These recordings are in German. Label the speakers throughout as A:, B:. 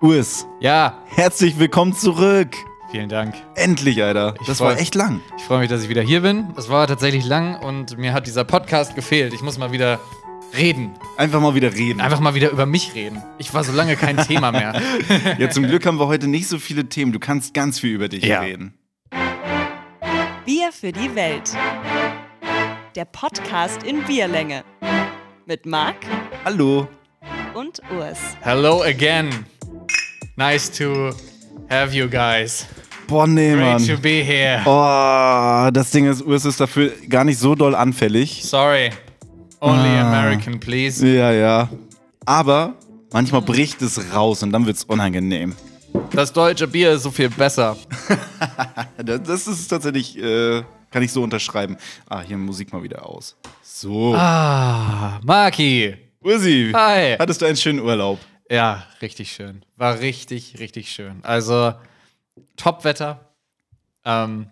A: Urs,
B: Ja,
A: herzlich willkommen zurück.
B: vielen Dank.
A: Endlich, Alter.
B: Ich
A: das
B: freu-
A: war echt lang.
B: Ich freue mich, dass ich wieder hier bin. Es war tatsächlich lang und mir hat dieser Podcast gefehlt. Ich muss mal wieder reden.
A: Einfach mal wieder reden.
B: Einfach mal wieder über mich reden. Ich war so lange kein Thema mehr.
A: Ja, zum Glück haben wir heute nicht so viele Themen. Du kannst ganz viel über dich
B: Ja.
A: reden.
C: Bier für die Welt. Der Podcast in Bierlänge. Mit Marc
A: Hallo.
C: und Urs.
B: Hello again. Nice to have you guys.
A: Boah, nee,
B: Great to
A: Mann.
B: be here.
A: Oh, das Ding ist, Urs ist dafür gar nicht so doll anfällig.
B: Sorry. Only
A: Ah.
B: American, please.
A: Ja, ja. Aber manchmal bricht es raus und dann wird's unangenehm.
B: Das deutsche Bier ist so viel besser.
A: Ja, Das das ist tatsächlich, äh, kann ich so unterschreiben. Ah, hier Musik mal wieder aus. So.
B: Ah, Maki.
A: Ursi,
B: Hi.
A: hattest du einen schönen Urlaub?
B: Ja, richtig schön. War richtig, richtig schön. Also, Top-Wetter. Ähm,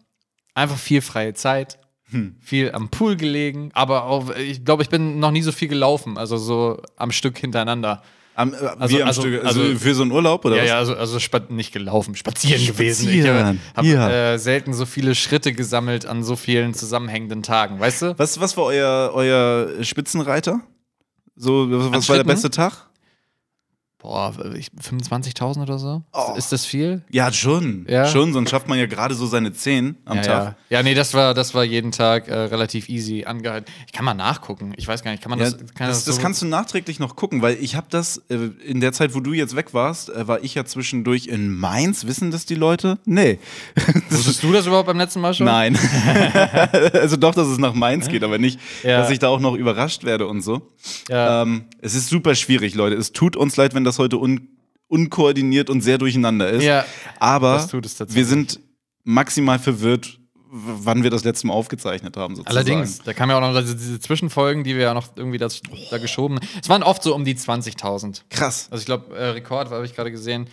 B: einfach viel freie Zeit.
A: Hm.
B: Viel am Pool gelegen. Aber auch, ich glaube, ich bin noch nie so viel gelaufen. Also so am Stück hintereinander.
A: Am, äh, wie am
B: also-
A: Stück, also,
B: also-
A: für so einen Urlaub oder
B: ja,
A: was?
B: ja, also, also spa nicht gelaufen, spazieren, gewesen. Ich habe
A: Spazieren,
B: hab,
A: ja.
B: äh, selten so viele Schritte gesammelt an so vielen zusammenhängenden Tagen. Weißt du?
A: Was, was war euer, euer Spitzenreiter? So, was war der
B: Schritten?
A: beste Tag?
B: Boah, ich- 25.000 oder so?
A: Oh.
B: Ist das viel?
A: Ja, schon.
B: Ja.
A: Schon, sonst schafft man ja gerade so seine 10 am
B: ja,
A: Tag.
B: Ja. ja, nee, das war, das war jeden Tag äh, relativ easy angehalten. Ich kann mal nachgucken. Ich weiß gar nicht, kann man
A: Ja,
B: das.
A: das,
B: Kann
A: das,
B: so-
A: kannst du nachträglich noch gucken, weil ich habe das äh, in der Zeit, wo du jetzt weg warst, äh, war ich ja zwischendurch in Mainz. Wissen das die Leute? Nee.
B: Wusstest du das überhaupt beim letzten Mal schon?
A: Nein. also doch, dass es nach Mainz geht, aber nicht,
B: Ja.
A: dass ich da auch noch überrascht werde und so.
B: Ja.
A: Ähm, es ist super schwierig, Leute. Es tut uns leid, wenn das heute un unkoordiniert und sehr durcheinander ist.
B: Ja,
A: aber
B: das tut es tatsächlich.
A: wir sind maximal verwirrt, w- wann wir das letzte Mal aufgezeichnet haben. Sozusagen.
B: Allerdings, da kamen ja auch noch diese, diese Zwischenfolgen, die wir ja noch irgendwie das, da geschoben. Es waren oft so um die 20.000.
A: Krass.
B: Also ich glaube, äh, Rekord habe ich gerade gesehen,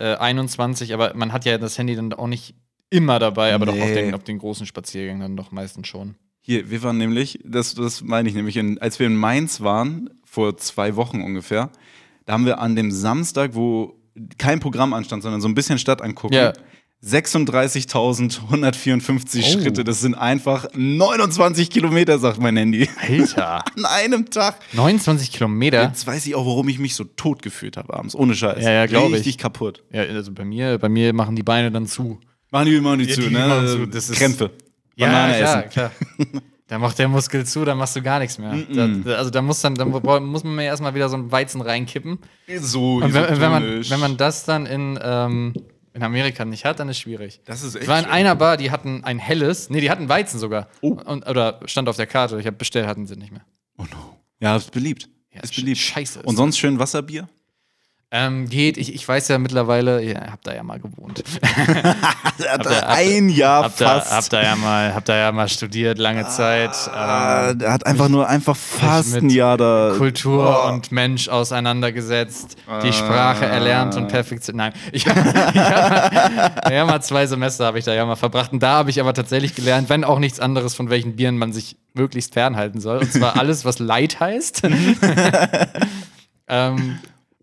B: äh, 21, aber man hat ja das Handy dann auch nicht immer dabei, aber doch auf
A: Nee.
B: den, auf den großen Spaziergängen dann doch meistens schon.
A: Hier, wir waren nämlich, das, das meine ich nämlich, in, als wir in Mainz waren, vor zwei Wochen ungefähr, da haben wir an dem Samstag, wo kein Programm anstand, sondern so ein bisschen Stadt angucken,
B: Ja.
A: 36.154
B: Oh.
A: Schritte. Das sind einfach 29 Kilometer, sagt mein Handy.
B: Alter!
A: An einem Tag.
B: 29 Kilometer?
A: Jetzt weiß ich auch, warum ich mich so tot gefühlt habe abends. Ohne Scheiß.
B: Ja, ja, glaub ich.
A: Richtig kaputt.
B: Ja, also bei mir, bei mir machen die Beine dann zu.
A: Machen die immer nicht
B: Ja,
A: zu,
B: die
A: ne?
B: machen zu, das ist-
A: Krämpfe.
B: Ja,
A: Banane
B: klar,
A: essen.
B: klar. Da macht der Muskel zu, dann machst du gar nichts mehr.
A: Mm-mm.
B: Da, da, also da muss dann, dann bra- muss man mir erstmal wieder so einen Weizen reinkippen.
A: So,
B: Und wenn, wenn, man,
A: isotonisch.
B: wenn man das dann in, ähm, in Amerika nicht hat, dann ist schwierig.
A: Das ist echt
B: Ich war in
A: schön.
B: einer Bar, die hatten ein helles, nee, die hatten Weizen sogar.
A: Oh.
B: Und, oder stand auf der Karte, ich habe bestellt, hatten sie nicht mehr.
A: Oh no. Ja, ist beliebt.
B: Ja,
A: ist
B: sch-
A: beliebt.
B: scheiße ist
A: Und sonst schön Wasserbier?
B: Ähm, geht, ich, ich weiß ja mittlerweile, ihr habt da ja mal gewohnt.
A: Hat
B: da-
A: ein Jahr
B: Hab da, hab da ja mal, hab da ja mal studiert, lange Zeit. Ähm,
A: Ah, der hat einfach nur einfach fast
B: mit
A: ein Jahr da.
B: Kultur
A: Oh.
B: und Mensch auseinandergesetzt,
A: Ah.
B: die Sprache erlernt und perfektioniert. Nein, ich habe hab, ja, mal zwei Semester habe ich da ja mal verbracht. Und da habe ich aber tatsächlich gelernt, wenn auch nichts anderes, von welchen Bieren man sich möglichst fernhalten soll. Und zwar alles, was Light heißt. ähm,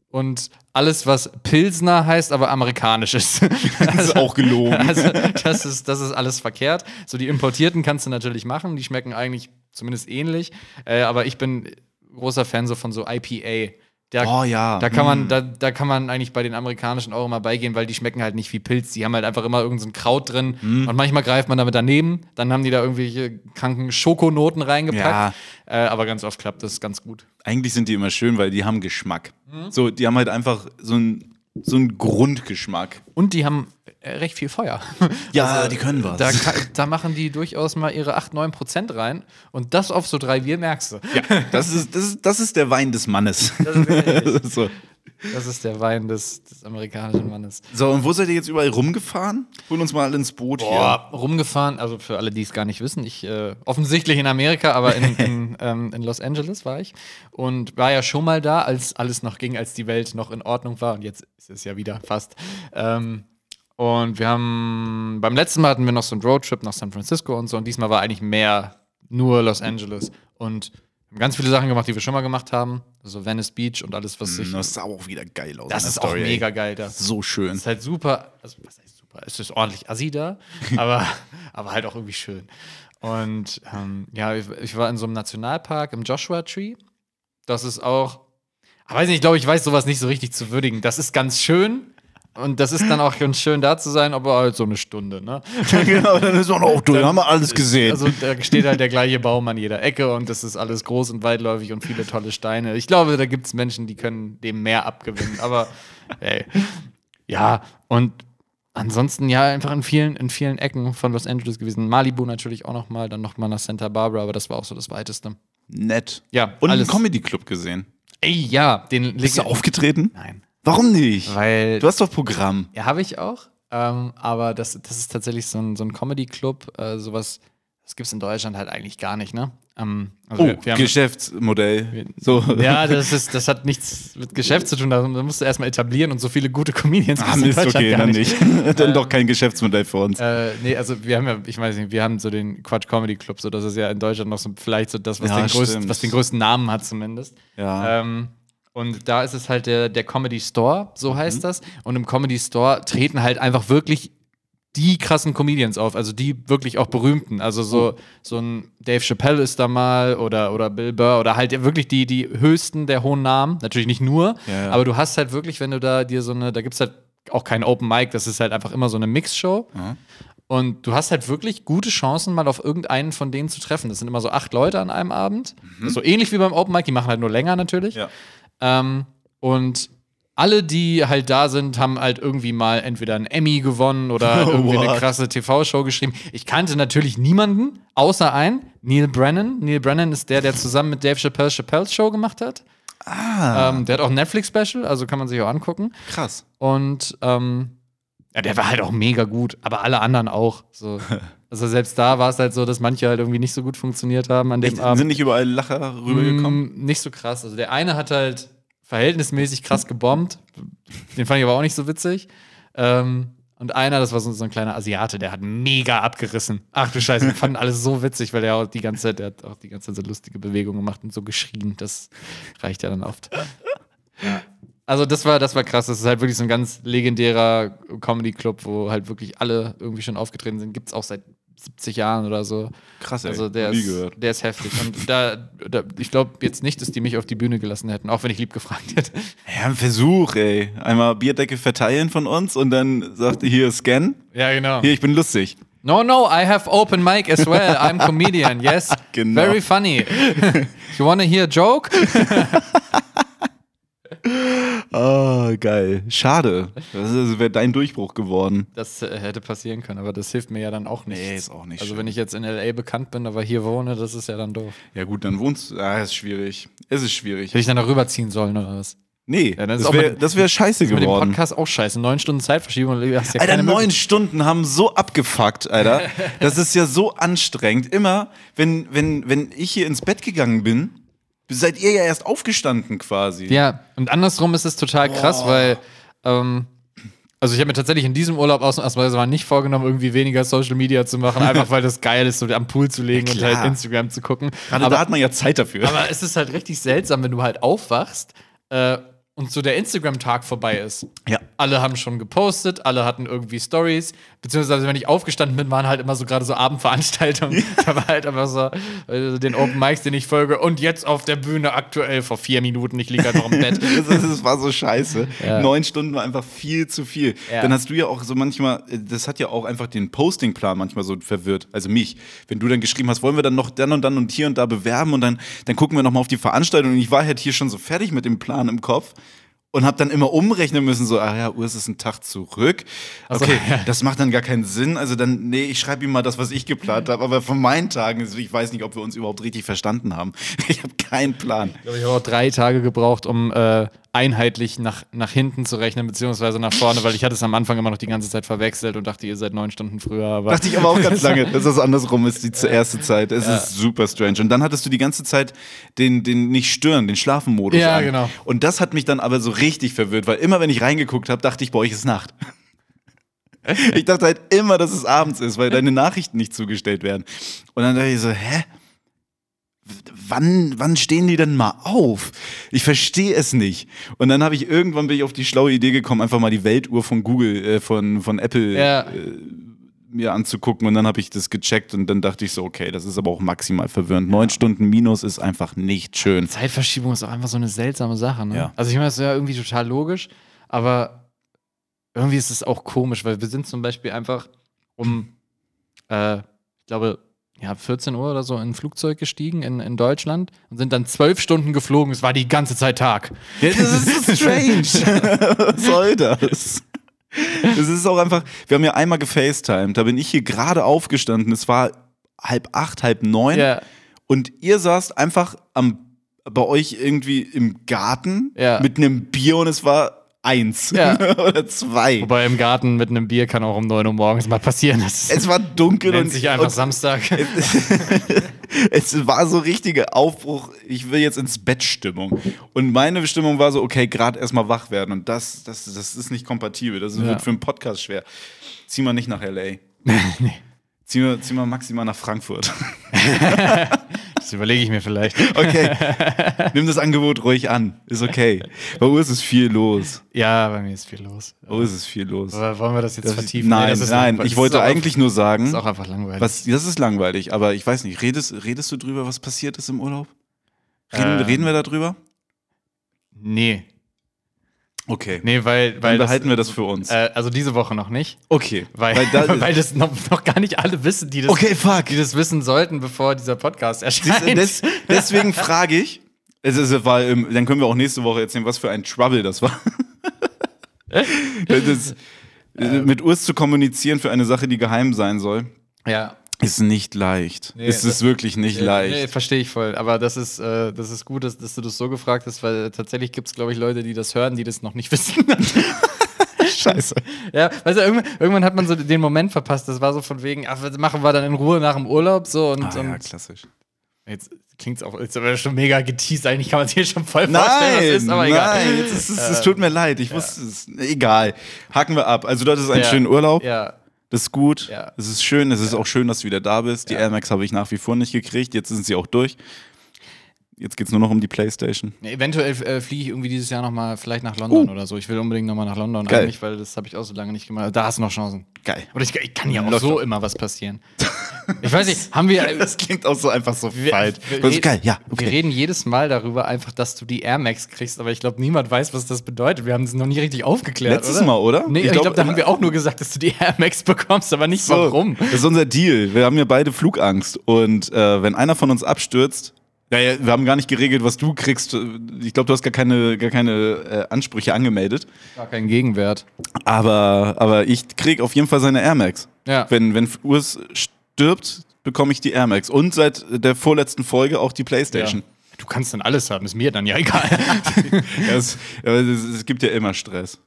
B: und alles, was Pilsner heißt, aber amerikanisch ist.
A: Das ist auch gelogen.
B: Also, das ist, das ist alles verkehrt. So, die importierten kannst du natürlich machen. Die schmecken eigentlich zumindest ähnlich. Äh, aber ich bin großer Fan so von so IPA. Da,
A: Oh ja,
B: Da kann, man,
A: mm.
B: da, da kann man eigentlich bei den amerikanischen auch immer beigehen, weil die schmecken halt nicht wie Pilz. Die haben halt einfach immer irgendein so ein Kraut drin.
A: Mhm.
B: Und manchmal greift man damit daneben. Dann haben die da irgendwelche kranken Schokonoten reingepackt. Äh, aber ganz oft klappt das ganz gut.
A: Eigentlich sind die immer schön, weil die haben Geschmack. So, die haben halt einfach so einen so einen Grundgeschmack.
B: Und die haben äh, recht viel Feuer. Also,
A: Ja, die können was.
B: Da, ka- da machen die durchaus mal ihre 8, 9 Prozent rein. Und das auf so drei Bier merkst du.
A: Das ist, das ist, das ist der Wein des Mannes. so.
B: Das ist der Wein des, des amerikanischen Mannes.
A: so, und wo seid ihr jetzt überall rumgefahren? Hol uns mal alle ins Boot
B: Boah, rumgefahren, also für alle, die es gar nicht wissen, ich äh, offensichtlich in Amerika, aber in, in, ähm, in Los Angeles war ich und war ja schon mal da, als alles noch ging, als die Welt noch in Ordnung war und jetzt ist es ja wieder fast. Ähm, und wir haben, beim letzten Mal hatten wir noch so einen Roadtrip nach San Francisco und so und diesmal war eigentlich mehr nur Los Angeles und Wir haben ganz viele Sachen gemacht, die wir schon mal gemacht haben. So Venice Beach und alles, was sich.
A: Das sah auch wieder geil aus.
B: Das
A: in der
B: ist auch
A: Mm, Story, ey.
B: mega geil. Das
A: So schön.
B: ist halt super. Also, was heißt super? Es ist ordentlich assi da, aber, aber halt auch irgendwie schön. Und ähm, ja, ich, ich war in so einem Nationalpark im Joshua Tree. Das ist auch. Ich weiß nicht, ich glaube, ich weiß sowas nicht so richtig zu würdigen. Das ist ganz schön. Und das ist dann auch ganz schön da zu sein, aber halt so eine Stunde, ne?
A: genau, dann ist man auch durch. Haben wir alles gesehen.
B: Also da steht halt der gleiche Baum an jeder Ecke und das ist alles groß und weitläufig und viele tolle Steine. Ich glaube, da gibt es Menschen, die können dem mehr abgewinnen. Aber ey, ja, und ansonsten ja einfach in vielen, in vielen Ecken von Los Angeles gewesen. Malibu natürlich auch nochmal, dann nochmal nach Santa Barbara, aber das war auch so das Weiteste.
A: Nett.
B: Ja,
A: Und
B: alles.
A: einen Comedy Club gesehen.
B: Ey, ja, den
A: Bist du aufgetreten?
B: Nein.
A: Warum nicht?
B: Weil.
A: Du hast doch Programm.
B: Ja, habe ich auch. Ähm, aber das, das ist tatsächlich so ein, so ein Comedy-Club, äh, sowas, das gibt es in Deutschland halt eigentlich gar nicht, ne? Ähm, also
A: Oh,
B: wir, wir haben,
A: Geschäftsmodell. So.
B: ja, das, ist, das hat nichts mit Geschäft zu tun, da musst du erstmal etablieren und so viele gute Comedians
A: Ah,
B: gibt's
A: Mist, okay, dann nicht. Äh. dann doch kein Geschäftsmodell für uns.
B: Äh, nee, also wir haben ja, ich weiß nicht, wir haben so den Quatsch Comedy Club, so das ist ja in Deutschland noch so vielleicht so das, was,
A: Ja,
B: den, größten,
A: stimmt.
B: was den größten Namen hat zumindest.
A: Ja.
B: Ähm, und da ist es halt der, der Comedy Store, so
A: Mhm.
B: heißt das. Und im Comedy Store treten halt einfach wirklich die krassen Comedians auf, also die wirklich auch berühmten. Also so,
A: Mhm.
B: so ein Dave Chappelle ist da mal oder, oder Bill Burr oder halt wirklich die, die höchsten der hohen Namen. Natürlich nicht nur,
A: Ja, ja.
B: aber du hast halt wirklich, wenn du da dir so eine, da gibt es halt auch kein Open Mic, das ist halt einfach immer so eine Mixshow.
A: Mhm.
B: Und du hast halt wirklich gute Chancen, mal auf irgendeinen von denen zu treffen. Das sind immer so acht Leute an einem Abend.
A: Mhm.
B: So ähnlich wie beim Open Mic, die machen halt nur länger natürlich.
A: Ja.
B: Ähm, und alle, die halt da sind, haben halt irgendwie mal entweder einen Emmy gewonnen oder halt
A: Oh,
B: irgendwie eine
A: what?
B: krasse TV-Show geschrieben. Ich kannte natürlich niemanden, außer einen, Neil Brennan. Neil Brennan ist der, der zusammen mit Dave Chappelle Chappelle's Show gemacht hat. Ah. Ähm, der hat auch ein Netflix-Special, also kann man sich auch angucken.
A: Krass.
B: Und ähm, ja, der war halt auch mega gut, aber alle anderen auch. So. Also selbst da war es halt so, dass manche halt irgendwie nicht so gut funktioniert haben an dem
A: Echt,
B: Abend.
A: sind nicht überall Lacher rübergekommen?
B: Mm, Nicht so krass. Also der eine hat halt verhältnismäßig krass gebombt. Den fand ich aber auch nicht so witzig. Ähm, und einer, das war so, so ein kleiner Asiate, der hat mega abgerissen. Ach du Scheiße, wir fanden alles so witzig, weil der auch die ganze Zeit, der hat auch die ganze Zeit so lustige Bewegungen gemacht und so geschrien. Das reicht ja dann oft. Ja. Also das war, das war krass. Das ist halt wirklich so ein ganz legendärer Comedy-Club, wo halt wirklich alle irgendwie schon aufgetreten sind. Gibt's auch seit 70 Jahren oder so.
A: Krass, ey.
B: Also der
A: Nie
B: ist,
A: gehört.
B: der ist heftig. Und da, da ich glaube jetzt nicht, dass die mich auf die Bühne gelassen hätten, auch wenn ich lieb gefragt hätte.
A: Ja, ein Versuch, ey. Einmal Bierdecke verteilen von uns und dann sagt ihr hier Scan.
B: Ja, genau.
A: Hier, ich bin lustig.
B: No, no, I have open mic as well. I'm comedian, yes.
A: Genau.
B: Very funny. you wanna hear a joke?
A: Ah, geil. Schade. Das wäre dein Durchbruch geworden.
B: Das äh, hätte passieren können, aber das hilft mir ja dann auch nicht.
A: Nee, ist auch nicht
B: Also
A: schön.
B: wenn ich jetzt in L.A. bekannt bin, aber hier wohne, das ist ja dann doof.
A: Ja, gut, dann wohnst du. Ah, ist schwierig. Es ist schwierig.
B: Hätte ich dann da rüberziehen sollen oder was?
A: Nee,
B: Ja, dann ist
A: das
B: auch
A: wäre
B: mit-
A: wär scheiße
B: Mit dem
A: geworden.
B: Podcast auch scheiße. Neun Stunden Zeitverschiebung. und du hast ja
A: Alter,
B: keine
A: neun
B: Möglichkeit.
A: Stunden haben so abgefuckt, Alter. Das ist ja so anstrengend. Immer, wenn, wenn, wenn ich hier ins Bett gegangen bin, seid ihr ja erst aufgestanden quasi.
B: Ja, und andersrum ist es total krass, weil, ähm, also ich habe mir tatsächlich in diesem Urlaub ausnahmsweise mal nicht vorgenommen, irgendwie weniger Social Media zu machen, einfach weil das geil ist, so am Pool zu legen
A: Ja,
B: und
A: klar.
B: halt Instagram zu gucken.
A: Gerade
B: aber,
A: da hat man ja Zeit dafür.
B: aber es ist halt richtig seltsam, wenn du halt aufwachst äh, und so der Instagram-Tag vorbei ist.
A: ja.
B: Alle haben schon gepostet, alle hatten irgendwie Stories, beziehungsweise wenn ich aufgestanden bin, waren halt immer so gerade so Abendveranstaltungen. da war halt einfach so äh, den Open Mics, den ich folge und jetzt auf der Bühne aktuell vor vier Minuten, ich liege halt noch im Bett.
A: Das, ist- das war so scheiße.
B: Ja.
A: Neun Stunden war einfach viel zu viel.
B: Ja.
A: Dann hast du ja auch so manchmal, äh, das hat ja auch einfach den Postingplan manchmal so verwirrt. Also mich. Wenn du dann geschrieben hast, wollen wir dann noch dann und dann und hier und da bewerben und dann, dann gucken wir nochmal auf die Veranstaltung. Und ich war halt hier schon so fertig mit dem Plan im Kopf. Und habe dann immer umrechnen müssen, so, ah ja, Urs ist ein Tag zurück.
B: so,
A: Okay,
B: ja.
A: das macht dann gar keinen Sinn. Also dann, nee, ich schreibe ihm mal das, was ich geplant habe. Aber von meinen Tagen, also ich weiß nicht, ob wir uns überhaupt richtig verstanden haben. Ich habe keinen Plan.
B: Ich glaube, ich habe auch drei Tage gebraucht, um äh, einheitlich nach, nach hinten zu rechnen, beziehungsweise nach vorne, weil ich hatte es am Anfang immer noch die ganze Zeit verwechselt und dachte, ihr seid neun Stunden früher. Aber
A: Dachte ich aber auch ganz lange, dass das andersrum ist, die erste Zeit. Es ist super strange. Und dann hattest du die ganze Zeit den, den nicht stören, den Schlafenmodus.
B: Ja,
A: an.
B: genau.
A: Und das hat mich dann aber so richtig verwirrt, weil immer, wenn ich reingeguckt habe, dachte ich, bei euch ist Nacht. Ich dachte halt immer, dass es abends ist, weil deine Nachrichten nicht zugestellt werden. Und dann dachte ich so, hä? wann, wann stehen die denn mal auf? Ich verstehe es nicht. Und dann habe ich irgendwann bin ich auf die schlaue Idee gekommen, einfach mal die Weltuhr von Google, äh, von, von Apple
B: Ja.
A: äh, mir anzugucken. Und dann habe ich das gecheckt und dann dachte ich so, okay, das ist aber auch maximal verwirrend. Neun Stunden minus ist einfach nicht schön.
B: Zeitverschiebung ist auch einfach so eine seltsame Sache. Ne?
A: Ja.
B: Also ich meine, das ist ja irgendwie total logisch, aber irgendwie ist es auch komisch, weil wir sind zum Beispiel einfach um, äh, ich glaube, ja, 14 Uhr oder so in ein Flugzeug gestiegen in, in Deutschland und sind dann zwölf Stunden geflogen. Es war die ganze Zeit Tag.
A: Ja, das ist so strange. Was soll das? Es ist auch einfach, wir haben ja einmal gefacetimed, da bin ich hier gerade aufgestanden, es war halb acht, halb neun
B: Ja,
A: und ihr saßt einfach am, bei euch irgendwie im Garten
B: Ja.
A: mit einem Bier und es war eins
B: Ja.
A: oder zwei.
B: wobei im Garten mit einem Bier kann auch um 9 Uhr morgens mal passieren. Das
A: es war dunkel
B: nennt
A: und,
B: sich einfach
A: und
B: Samstag.
A: es war so richtige Aufbruch, ich will jetzt ins Bett Stimmung. Und meine Stimmung war so, okay, gerade erstmal wach werden. Und das, das, das ist nicht kompatibel. Das
B: Ja.
A: wird für einen Podcast schwer. Zieh mal nicht nach L.A. Zieh mal, zieh mal maximal nach Frankfurt.
B: Das überlege ich mir vielleicht.
A: Okay. Nimm das Angebot ruhig an. Ist okay. Bei Urs ist viel los.
B: Ja, bei mir ist viel los.
A: Bei Urs ist viel los.
B: Aber wollen wir das jetzt
A: Das-
B: vertiefen? Nee,
A: Nein,
B: das ist
A: nein.
B: langweilig.
A: Ich
B: Das
A: wollte
B: ist auch-
A: eigentlich nur sagen,
B: Das ist auch einfach langweilig.
A: was, das ist langweilig, aber ich weiß nicht. Redest, redest du drüber, was passiert ist im Urlaub? Reden,
B: Ähm.
A: reden wir darüber?
B: Nee,
A: Okay.
B: nee, weil,
A: Dann
B: weil
A: behalten wir das für uns.
B: das, äh, also diese Woche noch nicht,
A: okay.
B: weil, weil,
A: da,
B: das noch, noch gar nicht alle wissen, die das,
A: okay, fuck.
B: die das wissen sollten, bevor dieser Podcast
A: Siehst du,
B: erscheint.
A: des, deswegen frage ich. Es ist, weil, ähm, dann können wir auch nächste Woche erzählen, was für ein Trouble das war. das, ist- äh,
B: Ähm.
A: mit Urs zu kommunizieren für eine Sache, die geheim sein soll,
B: ja,
A: ist nicht leicht.
B: Nee,
A: es ist
B: das- äh,
A: wirklich nicht leicht.
B: nee, verstehe ich voll. Aber das ist, äh, das ist gut, dass, dass du das so gefragt hast, weil tatsächlich gibt es, glaube ich, Leute, die das hören, die das noch nicht wissen.
A: Scheiße.
B: Ja, weißt du, irgendwann, irgendwann hat man so den Moment verpasst. Das war so von wegen, ach, was machen wir dann in Ruhe nach dem Urlaub so und,
A: Ah, ja,
B: und
A: klassisch.
B: jetzt klingt's auch, jetzt aber schon mega geteased. Eigentlich kann man sich schon voll vorstellen,
A: Nein,
B: was ist, aber egal. Ähm. Äh,
A: nein, jetzt ist, es, es tut mir leid, ich wusste es. Egal, haken wir ab. Also du hattest einen
B: Ja.
A: schönen Urlaub,
B: Ja,
A: das ist gut,
B: Ja.
A: es ist schön, es ist auch schön, dass du wieder da bist. Die
B: Ja.
A: Air Max habe ich nach wie vor nicht gekriegt, jetzt sind sie auch durch. Jetzt geht es nur noch um die Playstation.
B: Ja, Eventuell äh, fliege ich irgendwie dieses Jahr nochmal vielleicht nach London
A: Oh.
B: oder so. Ich will unbedingt nochmal nach London
A: Geil.
B: eigentlich, weil das habe ich auch so lange nicht gemacht. Da hast du noch Chancen.
A: Geil.
B: Oder ich, ich kann ja auch
A: Läuft
B: so
A: doch.
B: immer was passieren. Ich weiß nicht, haben wir. äh,
A: Das klingt auch so einfach so
B: wir-
A: falsch.
B: wir
A: Also,
B: reden-
A: geil, ja,
B: Wir
A: okay.
B: reden jedes Mal darüber, einfach, dass du die Air Max kriegst, aber ich glaube, niemand weiß, was das bedeutet. Wir haben es noch nie richtig aufgeklärt.
A: Letztes
B: oder?
A: Mal, oder?
B: Nee, ich
A: Ich
B: glaube,
A: glaub, äh,
B: da haben wir auch nur gesagt, dass du die Air Max bekommst, aber nicht warum.
A: Das ist unser Deal. Wir haben ja beide Flugangst. Und äh, wenn einer von uns abstürzt, naja, wir haben gar nicht geregelt, was du kriegst. Ich glaube, du hast gar keine, gar keine äh, Ansprüche angemeldet.
B: Gar keinen Gegenwert.
A: Aber, aber ich krieg auf jeden Fall seine Air Max.
B: Ja.
A: Wenn, wenn Urs stirbt, bekomme ich die Air Max. Und seit der vorletzten Folge auch die Playstation.
B: Du kannst dann alles haben, ist mir dann ja egal.
A: Ja. Es, aber es, es gibt ja immer Stress.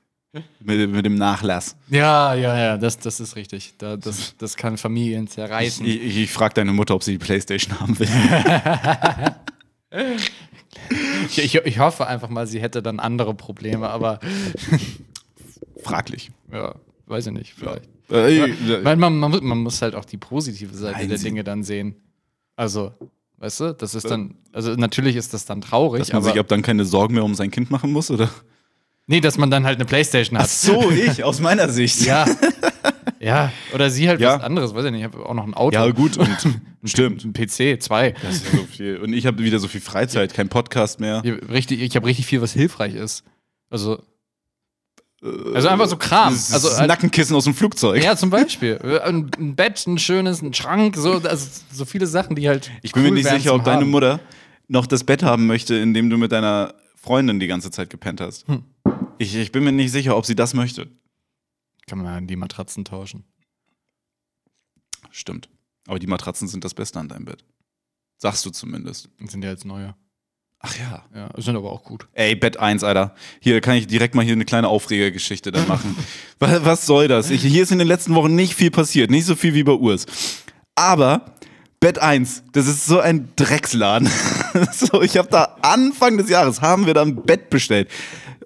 A: Mit, mit dem Nachlass.
B: ja, ja, ja, das, das ist richtig. Da, das, das kann Familien
A: Ich,
B: zerreißen.
A: ich, ich frage deine Mutter, ob sie die Playstation haben will.
B: Ich, ich, ich hoffe einfach mal, sie hätte dann andere Probleme, aber
A: Fraglich.
B: ja, weiß ich nicht, vielleicht.
A: Äh,
B: Man, man, man, muss- man muss halt auch die positive Seite
A: Nein,
B: der
A: sie- Äh.
B: Dinge dann sehen. Also, weißt du, das ist dann, also natürlich ist das dann traurig,
A: dass man
B: aber
A: sich ab dann keine Sorgen mehr um sein Kind machen muss, oder?
B: nee, dass man dann halt eine Playstation hat.
A: so, ich, aus meiner Sicht. Ja,
B: Ja. ja, oder sie halt
A: Ja.
B: was anderes, weiß ich nicht, ich habe auch noch ein Auto.
A: ja gut, und stimmt.
B: Ein PC, zwei.
A: Das ist so viel. Und ich habe wieder so viel Freizeit, kein Podcast mehr.
B: Ich habe richtig, ich hab richtig viel, was hilfreich ist. Also, also einfach so Kram.
A: Das ist
B: Also, äh,
A: das Nackenkissen aus dem Flugzeug.
B: ja, zum Beispiel. Ein, ein Bett, ein schönes, ein Schrank, so, also, so viele Sachen, die halt.
A: Ich bin
B: cool
A: mir nicht
B: wären
A: sicher,
B: zum
A: ob deine
B: Haben.
A: Mutter noch das Bett haben möchte, in dem du mit deiner Freundin die ganze Zeit gepennt hast.
B: Hm.
A: Ich, ich bin mir nicht sicher, ob sie das möchte.
B: Kann man die Matratzen tauschen.
A: Stimmt. Aber die Matratzen sind das Beste an deinem Bett. Sagst du zumindest.
B: Das sind ja jetzt neue.
A: Ach ja.
B: Ja, sind aber auch gut.
A: Ey, Bett 1, Alter. Hier kann ich direkt mal hier eine kleine Aufregergeschichte dann machen. was, was soll das? Ich, hier ist in den letzten Wochen nicht viel passiert. Nicht so viel wie bei Urs. Aber Bett 1, das ist so ein Drecksladen. so, ich habe da Anfang des Jahres haben wir da ein Bett bestellt.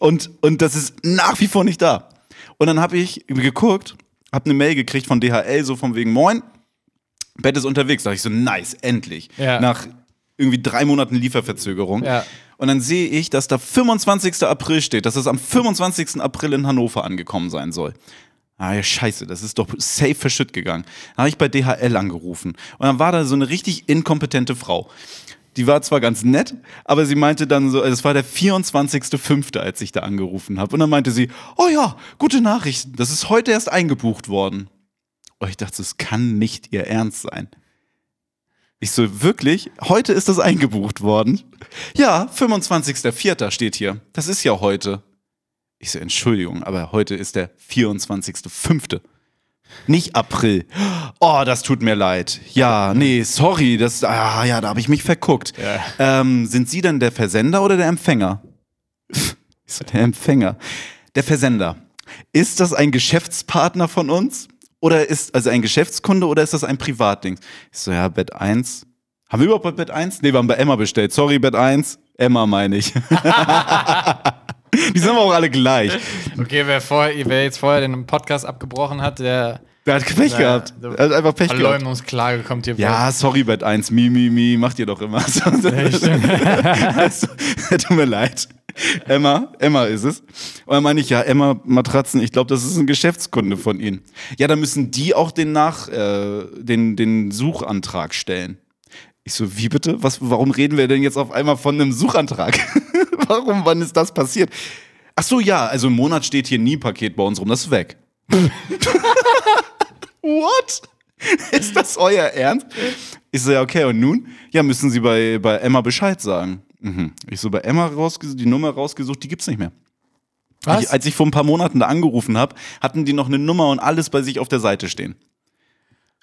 A: Und, und das ist nach wie vor nicht da. Und dann habe ich geguckt, habe eine Mail gekriegt von DHL, so von wegen Moin. Bett ist unterwegs. Da dachte ich so, nice, endlich.
B: Ja.
A: Nach irgendwie drei Monaten Lieferverzögerung.
B: Ja.
A: Und dann sehe ich, dass da 25. April steht, dass es am 25. April in Hannover angekommen sein soll. Ah ja, scheiße, das ist doch safe verschütt gegangen. Dann habe ich bei DHL angerufen. Und dann war da so eine richtig inkompetente Frau. Die war zwar ganz nett, aber sie meinte dann so, also es war der 24.05., als ich da angerufen habe. Und dann meinte sie, oh ja, gute Nachrichten, das ist heute erst eingebucht worden. Und ich dachte, es kann nicht ihr Ernst sein. Ich so, wirklich? Heute ist das eingebucht worden? Ja, 25.04. steht hier. Das ist ja heute. Ich so, Entschuldigung, aber heute ist der 24.05. Nicht April. Oh, das tut mir leid. Ja, nee, sorry, das, ah, ja, da habe ich mich verguckt. Ähm, sind Sie denn der Versender oder der Empfänger? Ich so, der Empfänger. Der Versender. Ist das ein Geschäftspartner von uns? Oder ist, also ein Geschäftskunde oder ist das ein Privatding? Ich so, ja, Bett 1. Haben wir überhaupt bei Bett 1? Nee, wir haben bei Emma bestellt. Sorry, Bett 1. Emma meine ich. Die sind aber auch alle gleich.
B: Okay, wer, vorher, wer jetzt vorher den Podcast abgebrochen hat, der
A: Der hat Pech
B: Na,
A: gehabt.
B: du-
A: Er hat einfach Pech gehabt.
B: Verleumdungsklage kommt hier
A: Ja, sorry, Bett 1, mi, mi, mi, macht ihr doch immer. also, tut mir leid. Emma, Emma ist es. Und dann meine ich, ja, Emma Matratzen, ich glaube, das ist ein Geschäftskunde von Ihnen. Ja, da müssen die auch den Nach, äh, den, den Suchantrag stellen. Ich so, wie bitte? Was, warum reden wir denn jetzt auf einmal von einem Suchantrag? warum, wann ist das passiert? Ach so, ja, also im Monat steht hier nie Paket bei uns rum, das ist weg. What? Ist das euer Ernst? Ich so, ja, okay, und nun? Ja, müssen sie bei, bei Emma Bescheid sagen. Mhm. Ich so, bei Emma rausgesucht, die Nummer rausgesucht, die gibt's nicht mehr.
B: Was?
A: Ich, als ich vor ein paar Monaten da angerufen habe, hatten die noch eine Nummer und alles bei sich auf der Seite stehen.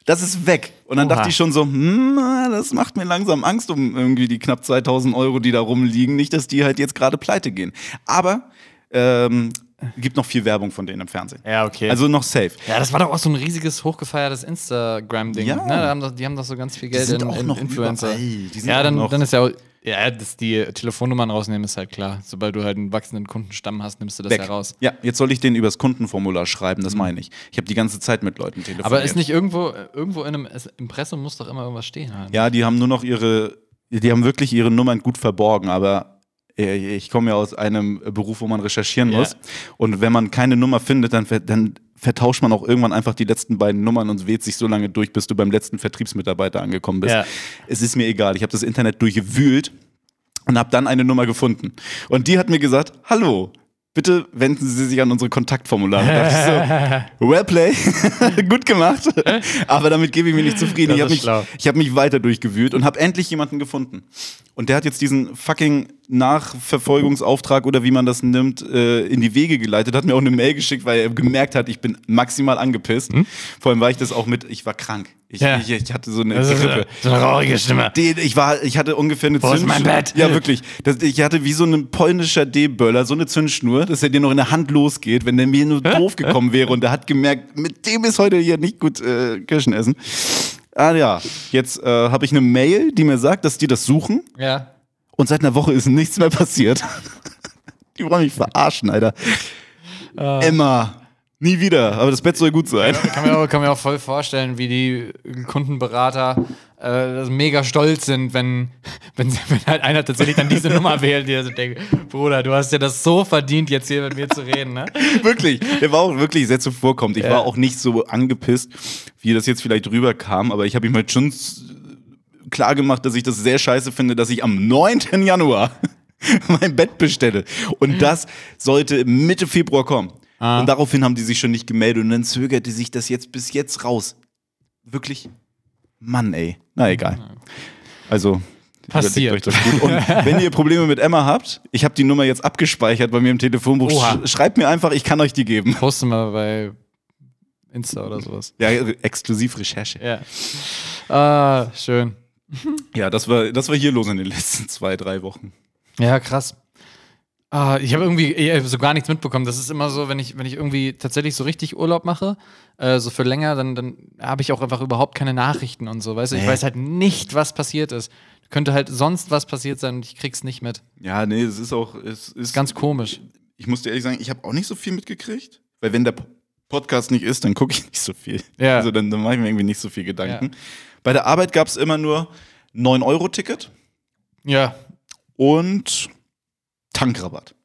A: Das ist weg. Und dann
B: Oha.
A: dachte ich schon so, hm, ah, das macht mir langsam Angst um irgendwie die knapp 2000 Euro, die da rumliegen. Nicht, dass die halt jetzt gerade pleite gehen. Aber ähm, gibt noch viel Werbung von denen im Fernsehen.
B: Ja, okay.
A: Also noch safe.
B: ja, das war doch auch so ein riesiges, hochgefeiertes Instagram-Ding.
A: Ja.
B: Ne? Da haben doch, die haben doch so ganz viel Geld
A: sind
B: in,
A: auch
B: in
A: noch
B: Influencer.
A: überall. Die sind
B: Ja,
A: auch
B: dann,
A: noch-
B: dann ist ja auch. Ja, dass die Telefonnummern rausnehmen, ist halt klar. Sobald du halt einen wachsenden Kundenstamm hast, nimmst du das
A: Weg.
B: ja raus.
A: Ja, jetzt soll ich den übers Kundenformular schreiben, das meine ich. Ich habe die ganze Zeit mit Leuten telefoniert.
B: Aber ist nicht irgendwo, irgendwo in einem es- Impressum muss doch immer irgendwas stehen. Halt.
A: Ja, die haben nur noch ihre, die haben wirklich ihre Nummern gut verborgen, aber äh, ich komme ja aus einem Beruf, wo man recherchieren
B: Ja.
A: muss. Und wenn man keine Nummer findet, dann, ver- dann vertauscht man auch irgendwann einfach die letzten beiden Nummern und weht sich so lange durch, bis du beim letzten Vertriebsmitarbeiter angekommen bist.
B: Ja.
A: Es ist mir egal. Ich habe das Internet durchgewühlt und habe dann eine Nummer gefunden. Und die hat mir gesagt, hallo. Bitte wenden Sie sich an unsere Kontaktformulare. Da dachte ich so, Wellplay, gut gemacht. Aber damit gebe ich mich nicht zufrieden.
B: Das
A: Ich habe
B: ist
A: mich,
B: schlau.
A: ich habe mich weiter durchgewühlt und habe endlich jemanden gefunden. Und der hat jetzt diesen fucking Nachverfolgungsauftrag oder wie man das nimmt, äh, in die Wege geleitet, hat mir auch eine Mail geschickt, weil er gemerkt hat, ich bin maximal angepisst. Vor allem war ich das auch mit, ich war krank. Ich,
B: Hm? Ja.
A: ich, ich hatte so eine
B: Das ist
A: Grippe.
B: eine, so eine traurige Stimme.
A: Den, ich war, ich hatte ungefähr eine
B: Wo ist mein Bett?
A: Ja, wirklich. Das, ich hatte wie so ein polnischer D-Böller, so eine Zündschnur, dass er dir noch in der Hand losgeht, wenn der mir nur doof gekommen wäre und der hat gemerkt, mit dem ist heute hier nicht gut äh, Kirschen essen. Ah ja, jetzt äh, habe ich eine Mail, die mir sagt, dass die das suchen
B: Ja.
A: und seit einer Woche ist nichts mehr passiert. die wollen mich verarschen, Alter.
B: Ah.
A: Emma, nie wieder, aber das Bett soll gut sein.
B: Kann mir, auch, kann mir auch voll vorstellen, wie die Kundenberater äh, mega stolz sind, wenn, wenn, wenn halt einer tatsächlich dann diese Nummer wählt, die dann so denkt, Bruder, du hast ja das so verdient, jetzt hier mit mir zu reden, ne?
A: wirklich, der war auch wirklich sehr zuvorkommend. Ich war auch nicht so angepisst, wie das jetzt vielleicht rüberkam, aber ich habe ihm halt schon s- klar gemacht, dass ich das sehr scheiße finde, dass ich am 9. Januar mein Bett bestelle. Und das sollte Mitte Februar kommen. Und daraufhin haben die sich schon nicht gemeldet und dann zögerte sich das jetzt bis jetzt raus. Wirklich? Mann, ey. Na egal. Also.
B: Passiert.
A: überlegt euch das gut. Und wenn ihr Probleme mit Emma habt, ich habe die Nummer jetzt abgespeichert bei mir im Telefonbuch.
B: Oha.
A: Sch schreibt mir einfach, ich kann euch die geben.
B: Posten wir bei Insta oder sowas.
A: Ja, exklusiv Recherche.
B: Ja. Ah, schön.
A: Ja, das war, das war hier los in den letzten zwei, drei Wochen.
B: Ja, krass. Ah, ich habe irgendwie eh, so gar nichts mitbekommen. Das ist immer so, wenn ich, wenn ich irgendwie tatsächlich so richtig Urlaub mache, äh, so für länger, dann, dann habe ich auch einfach überhaupt keine Nachrichten und so. Weißt du, ich
A: Nee.
B: weiß halt nicht, was passiert ist. Könnte halt sonst was passiert sein und ich krieg's nicht mit.
A: Ja, nee, es ist auch, es ist,
B: Ganz komisch.
A: ich muss dir ehrlich sagen, ich habe auch nicht so viel mitgekriegt, weil wenn der P- Podcast nicht ist, dann gucke ich nicht so viel.
B: Ja.
A: Also dann, dann mache ich mir irgendwie nicht so viel Gedanken. Bei der Arbeit gab es immer nur 9-Euro-Ticket.
B: Ja.
A: und Tankrabatt.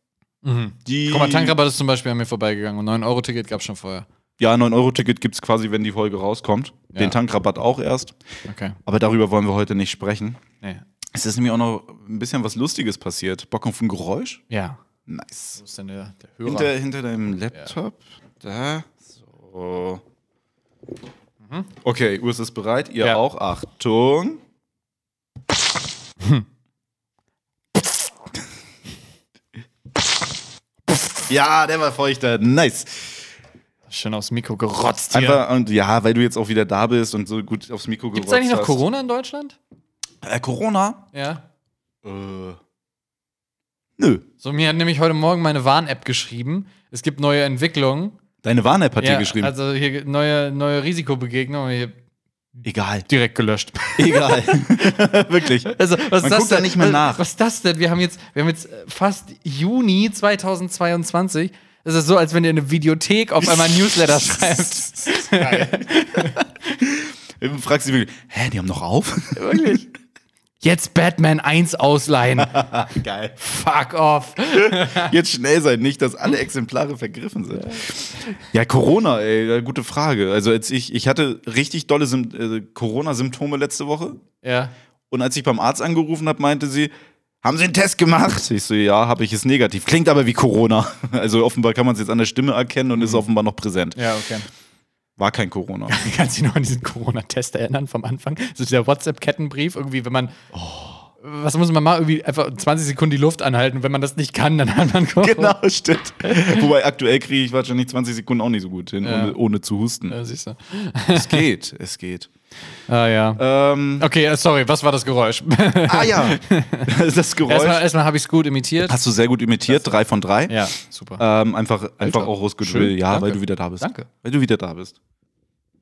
B: Mhm.
A: Die
B: Guck mal, Tankrabatt ist zum Beispiel an mir vorbeigegangen und 9-Euro-Ticket gab es schon vorher.
A: Ja, 9-Euro-Ticket gibt es quasi, wenn die Folge rauskommt.
B: Ja.
A: Den Tankrabatt auch erst.
B: Okay.
A: Aber darüber wollen wir heute nicht sprechen.
B: Nee.
A: Es ist nämlich auch noch ein bisschen was Lustiges passiert. Bock auf ein Geräusch?
B: Ja.
A: Nice.
B: Wo ist denn der, der Hörer?
A: Hinter, hinter deinem Laptop. Da. So. Mhm. Okay, Urs ist bereit. Ihr
B: Ja.
A: auch. Achtung. ja, der war feuchter. Nice.
B: Schön aufs Mikro gerotzt hier.
A: Einfach, und ja, weil du jetzt auch wieder da bist und so gut aufs Mikro
B: Gibt es
A: gerotzt
B: eigentlich noch
A: hast.
B: Corona in Deutschland?
A: Äh, Corona?
B: Ja.
A: Äh. Nö.
B: So, mir hat nämlich heute Morgen meine Warn-App geschrieben. Es gibt neue Entwicklungen.
A: Deine Warn-App hat dir
B: ja,
A: geschrieben.
B: Also hier neue, neue Risikobegegnung. Hier
A: egal.
B: direkt gelöscht.
A: Egal. Wirklich.
B: Also,
A: Man
B: was ist das
A: guckt da
B: denn?
A: nicht mehr nach.
B: Was ist das denn? Wir haben jetzt, wir haben jetzt äh, fast Juni 2022. Es ist so, als wenn ihr in eine Videothek auf einmal ein Newsletter schreibt.
A: Ähm, Fragst du wirklich, hä, die haben noch auf?
B: Wirklich. Jetzt Batman 1 ausleihen.
A: Geil.
B: Fuck off.
A: Jetzt schnell sein, nicht, dass alle Exemplare vergriffen sind. Ja, Corona, ey, ja, gute Frage. Also als ich, ich hatte richtig dolle Sym äh, Corona-Symptome letzte Woche.
B: Ja.
A: Und als ich beim Arzt angerufen habe, meinte sie, haben Sie einen Test gemacht? Ich so, ja, habe ich es negativ. Klingt aber wie Corona. Also offenbar kann man es jetzt an der Stimme erkennen und ist
B: Mhm.
A: offenbar noch präsent.
B: Ja, okay.
A: War kein Corona.
B: Kannst du dich noch an diesen Corona-Test erinnern vom Anfang? So dieser WhatsApp-Kettenbrief, irgendwie, wenn man.
A: Oh.
B: Was muss man machen? Irgendwie einfach 20 Sekunden die Luft anhalten. Und wenn man das nicht kann, dann hat man Corona.
A: genau, stimmt. Wobei aktuell kriege ich wahrscheinlich 20 Sekunden auch nicht so gut hin,
B: Ja.
A: ohne, ohne zu husten.
B: Ja, siehst du.
A: Es geht, es geht.
B: Ah, ja.
A: Ähm,
B: Okay, äh, sorry, was war das Geräusch?
A: ah ja, das Geräusch.
B: Erstmal, erstmal habe ich es gut imitiert.
A: Hast du sehr gut imitiert, drei von drei.
B: Ja, super.
A: Ähm, einfach, einfach auch aus Goodwill,
B: schön,
A: ja,
B: danke.
A: weil du wieder da bist.
B: Danke.
A: Weil du wieder da bist.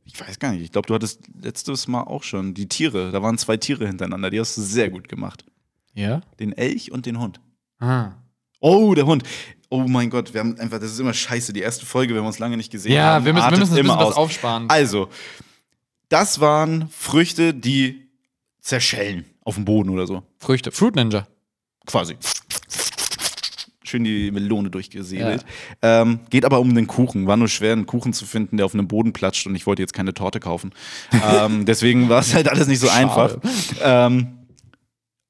A: Ich weiß gar nicht, ich glaube, du hattest letztes Mal auch schon die Tiere, da waren zwei Tiere hintereinander, die hast du sehr gut gemacht.
B: Ja?
A: Den Elch und den Hund.
B: Ah.
A: Oh, der Hund. Oh mein Gott, wir haben einfach, das ist immer scheiße, die erste Folge, wenn wir uns lange nicht gesehen
B: Ja,
A: haben.
B: wir müssen, wir
A: artet
B: müssen ein bisschen
A: immer
B: was
A: aus.
B: aufsparen.
A: Also, das waren Früchte, die zerschellen auf dem Boden oder so.
B: Früchte. Fruit Ninja.
A: Quasi. Schön die Melone durchgesäbelt. Ähm, geht aber um den Kuchen. War nur schwer, einen Kuchen zu finden, der auf einem Boden platscht und ich wollte jetzt keine Torte kaufen. ähm, deswegen war es halt alles nicht so einfach.
B: Schade.
A: Ähm,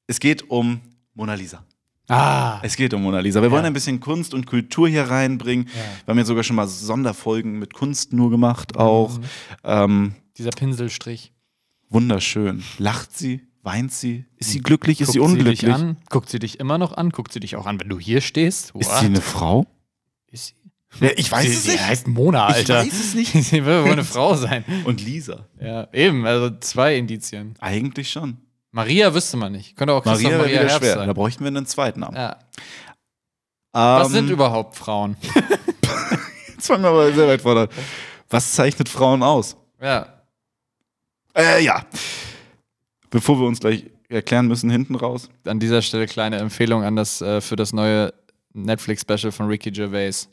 A: es geht um Mona Lisa.
B: Ah.
A: Es geht um Mona Lisa. Wir wollen ein bisschen Kunst und Kultur hier reinbringen.
B: Ja.
A: Wir haben jetzt sogar schon mal Sonderfolgen mit Kunst nur gemacht, auch. Ähm,
B: Mhm. Dieser Pinselstrich.
A: wunderschön. Lacht sie? Weint sie? Ist sie glücklich? Ist sie
B: Guckt
A: unglücklich?
B: dich an, guckt sie dich immer noch an, guckt sie dich auch an, wenn du hier stehst.
A: Ist sie eine Frau?
B: Ist sie?
A: Ja, ich weiß
B: sie,
A: es
B: sie
A: nicht.
B: heißt Mona,
A: Ich
B: Alter.
A: weiß es nicht.
B: sie will wohl eine Frau sein.
A: Und Lisa.
B: Ja, eben, also zwei Indizien.
A: Eigentlich schon.
B: Maria wüsste man nicht. Könnte auch Christoph
A: Maria
B: Maria,
A: wäre wieder
B: Herbst
A: schwer. Da
B: sein.
A: bräuchten wir einen zweiten Namen.
B: Ja.
A: Ähm,
B: Was sind überhaupt Frauen?
A: Jetzt fangen wir aber sehr weit vorne. an. Was zeichnet Frauen aus?
B: ja.
A: Äh, ja. Bevor wir uns gleich erklären müssen, hinten raus.
B: An dieser Stelle kleine Empfehlung an das, äh, für das neue Netflix-Special von Ricky Gervais.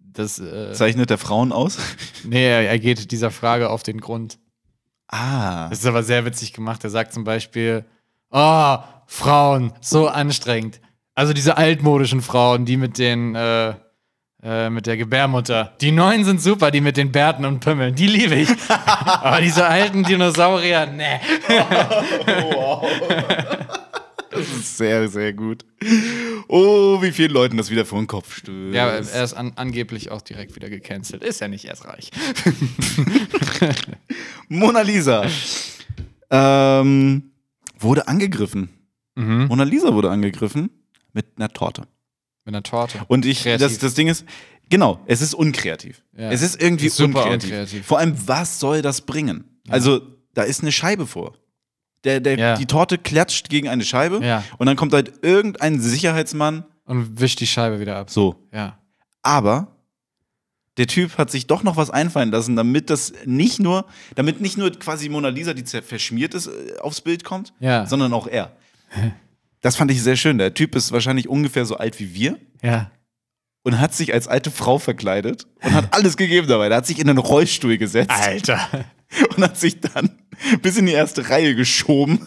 B: Das, äh,
A: Zeichnet der Frauen aus?
B: nee, er er geht dieser Frage auf den Grund.
A: Ah.
B: Das ist aber sehr witzig gemacht. Er sagt zum Beispiel, oh, Frauen, so anstrengend. Also diese altmodischen Frauen, die mit den, äh, äh, mit der Gebärmutter. Die neuen sind super, die mit den Bärten und Pümmeln, die liebe ich. aber diese alten Dinosaurier, ne.
A: Das ist sehr, sehr gut. Oh, wie vielen Leuten das wieder vor den Kopf stößt.
B: Ja, äh, er ist an, angeblich auch direkt wieder gecancelt. Ist ja nicht erst reich.
A: Mona Lisa. ähm, wurde angegriffen.
B: Mhm.
A: Mona Lisa wurde angegriffen mit einer Torte.
B: Mit einer Torte.
A: Und ich,
B: Kreativ.
A: das, das Ding ist, genau, es ist unkreativ.
B: Ja.
A: Es ist irgendwie
B: Ist super
A: unkreativ.
B: unkreativ.
A: Vor allem, was soll das bringen? Also, da ist eine Scheibe vor. Der, der,
B: Ja.
A: Die Torte klatscht gegen eine Scheibe
B: Ja.
A: und dann kommt halt irgendein Sicherheitsmann.
B: Und wischt die Scheibe wieder ab.
A: So.
B: Ja.
A: Aber der Typ hat sich doch noch was einfallen lassen, damit das nicht nur, damit nicht nur quasi Mona Lisa, die zer- verschmiert ist, äh, aufs Bild kommt,
B: Ja.
A: sondern auch er. Das fand ich sehr schön. Der Typ ist wahrscheinlich ungefähr so alt wie wir.
B: Ja.
A: und hat sich als alte Frau verkleidet und hat alles gegeben dabei. Der hat sich in einen Rollstuhl gesetzt
B: Alter.
A: und hat sich dann bis in die erste Reihe geschoben.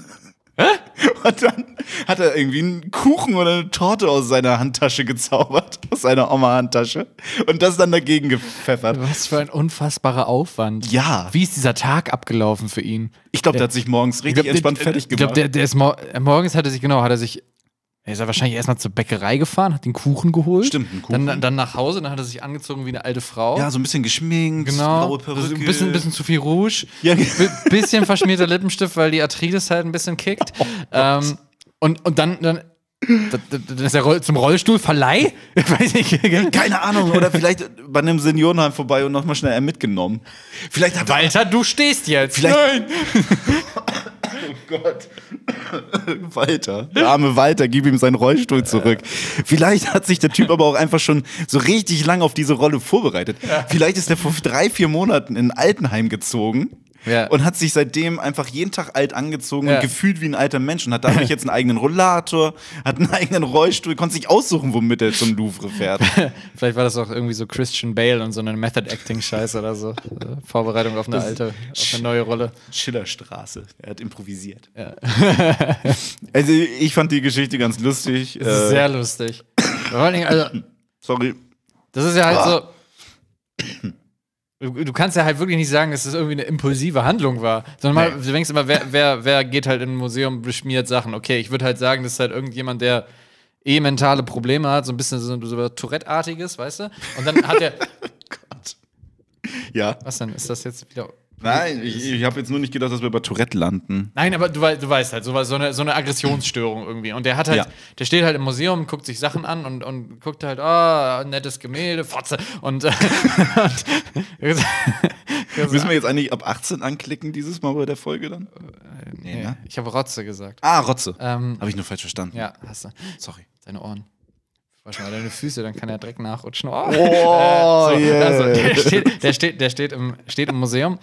A: Und dann Hat er irgendwie einen Kuchen oder eine Torte aus seiner Handtasche gezaubert, aus seiner Oma-Handtasche und das dann dagegen gepfeffert.
B: Was für ein unfassbarer Aufwand.
A: Ja.
B: Wie ist dieser Tag abgelaufen für ihn?
A: Ich glaube, der hat sich morgens richtig entspannt fertig
B: Ich glaube,
A: gemacht.
B: der, der ist mor äh, morgens hat er sich, genau, hat er sich. Er ist ja wahrscheinlich erstmal zur Bäckerei gefahren, hat den Kuchen geholt.
A: Stimmt, einen Kuchen.
B: Dann, dann nach Hause, dann hat er sich angezogen wie eine alte Frau.
A: ja, so ein bisschen geschminkt,
B: genau.
A: blaue Perücke.
B: Also ein bisschen, bisschen zu viel Rouge.
A: Ja.
B: B bisschen verschmierter Lippenstift, weil die Arthritis halt ein bisschen kickt.
A: Oh
B: ähm, und, und dann, dann, dann dann ist er Roll- zum Rollstuhlverleih. Weiß nicht.
A: Keine Ahnung, oder vielleicht bei einem Seniorenheim vorbei und nochmal schnell einen mitgenommen. Vielleicht hat er.
B: Walter, du stehst jetzt.
A: Vielleicht-
B: Nein.
A: Walter. Der arme Walter, gib ihm seinen Rollstuhl zurück. Vielleicht hat sich der Typ aber auch einfach schon so richtig lang auf diese Rolle vorbereitet. Vielleicht ist er vor drei, vier Monaten in ein Altenheim gezogen.
B: Ja.
A: Und hat sich seitdem einfach jeden Tag alt angezogen
B: Ja.
A: und gefühlt wie ein alter Mensch und hat dadurch jetzt einen eigenen Rollator, hat einen eigenen Rollstuhl, konnte sich aussuchen, womit er zum Louvre fährt.
B: Vielleicht war das auch irgendwie so Christian Bale und so eine Method-Acting-Scheiße oder so. Äh, Vorbereitung auf eine alte, auf eine neue Rolle.
A: Schillerstraße. Er hat improvisiert. also ich fand die Geschichte ganz lustig.
B: Das ist
A: Äh,
B: sehr lustig. Vor allen Dingen, also,
A: sorry.
B: das ist ja halt so. Du du kannst ja halt wirklich nicht sagen, dass das irgendwie eine impulsive Handlung war. Sondern mal,
A: Nee.
B: du denkst immer, wer, wer, wer geht halt in ein Museum, beschmiert Sachen. Okay, ich würde halt sagen, das ist halt irgendjemand, der eh mentale Probleme hat, so ein bisschen so, so was Tourette-artiges, weißt du? Und dann hat er.
A: Ja.
B: Was denn? Ist das jetzt wieder.
A: Nein, ich, ich habe jetzt nur nicht gedacht, dass wir bei Tourette landen.
B: Nein, aber du, wei- du weißt halt, so, was- so, eine, so eine Aggressionsstörung irgendwie. Und der hat halt,
A: Mhm. Ja.
B: der steht halt im Museum, guckt sich Sachen an und, und guckt halt, ah, nettes Gemälde, Fotze. Und, äh, und
A: Müssen wir jetzt eigentlich ab 18 anklicken dieses Mal bei der Folge dann? Nee,
B: Äh, nee,
A: ne?
B: ich habe Rotze gesagt.
A: Ah, Rotze.
B: Ähm,
A: Habe ich nur falsch verstanden.
B: ja, hast du.
A: Sorry.
B: Deine Ohren. Wasch mal deine Füße, dann kann der Dreck nachrutschen. Oh,
A: Oh, yeah.
B: also, der steht, der steht, der steht, im, steht im Museum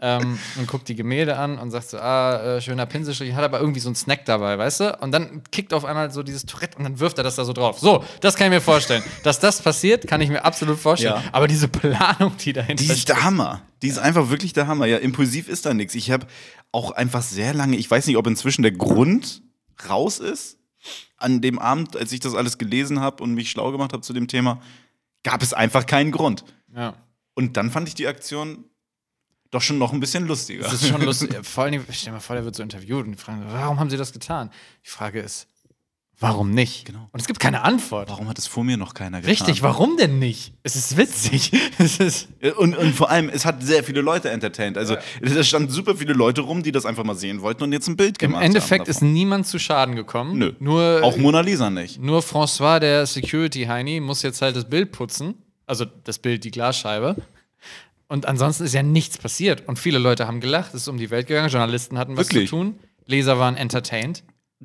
B: ähm, und guckt die Gemälde an und sagt so, ah, äh, schöner Pinselstrich, hat aber irgendwie so einen Snack dabei, weißt du? Und dann kickt auf einmal so dieses Tourette und dann wirft er das da so drauf. So, das kann ich mir vorstellen. Dass das passiert, kann ich mir absolut vorstellen.
A: Ja.
B: Aber diese Planung, die dahinter
A: Die ist der Hammer. Die ist einfach wirklich der Hammer. Ja, impulsiv ist da nichts. Ich habe auch einfach sehr lange, ich weiß nicht, ob inzwischen der Grund raus ist. An dem Abend, als ich das alles gelesen habe und mich schlau gemacht habe zu dem Thema, gab es einfach keinen Grund.
B: Ja.
A: Und dann fand ich die Aktion doch schon noch ein bisschen lustiger.
B: Das ist schon lustig. Vor allem, stell dir mal vor, der wird so interviewt und die fragen, warum haben sie das getan? Die Frage ist, warum nicht?
A: Genau.
B: Und es gibt keine Antwort.
A: Warum hat es vor mir noch keiner getan?
B: Richtig, warum denn nicht? Es ist witzig. Es ist
A: Äh, Und, und vor allem, es hat sehr viele Leute entertaint. Also, da standen super viele Leute rum, die das einfach mal sehen wollten und jetzt ein Bild
B: Im
A: gemacht haben.
B: Endeffekt ist
A: davon.
B: niemand zu Schaden gekommen.
A: Nö.
B: Nur,
A: Auch Mona Lisa nicht.
B: nur François, der Security-Heini, muss jetzt halt das Bild putzen. Also das Bild, die Glasscheibe. Und ansonsten ist ja nichts passiert. Und viele Leute haben gelacht, es ist um die Welt gegangen, Journalisten hatten was
A: Wirklich?
B: zu tun, Leser waren entertained.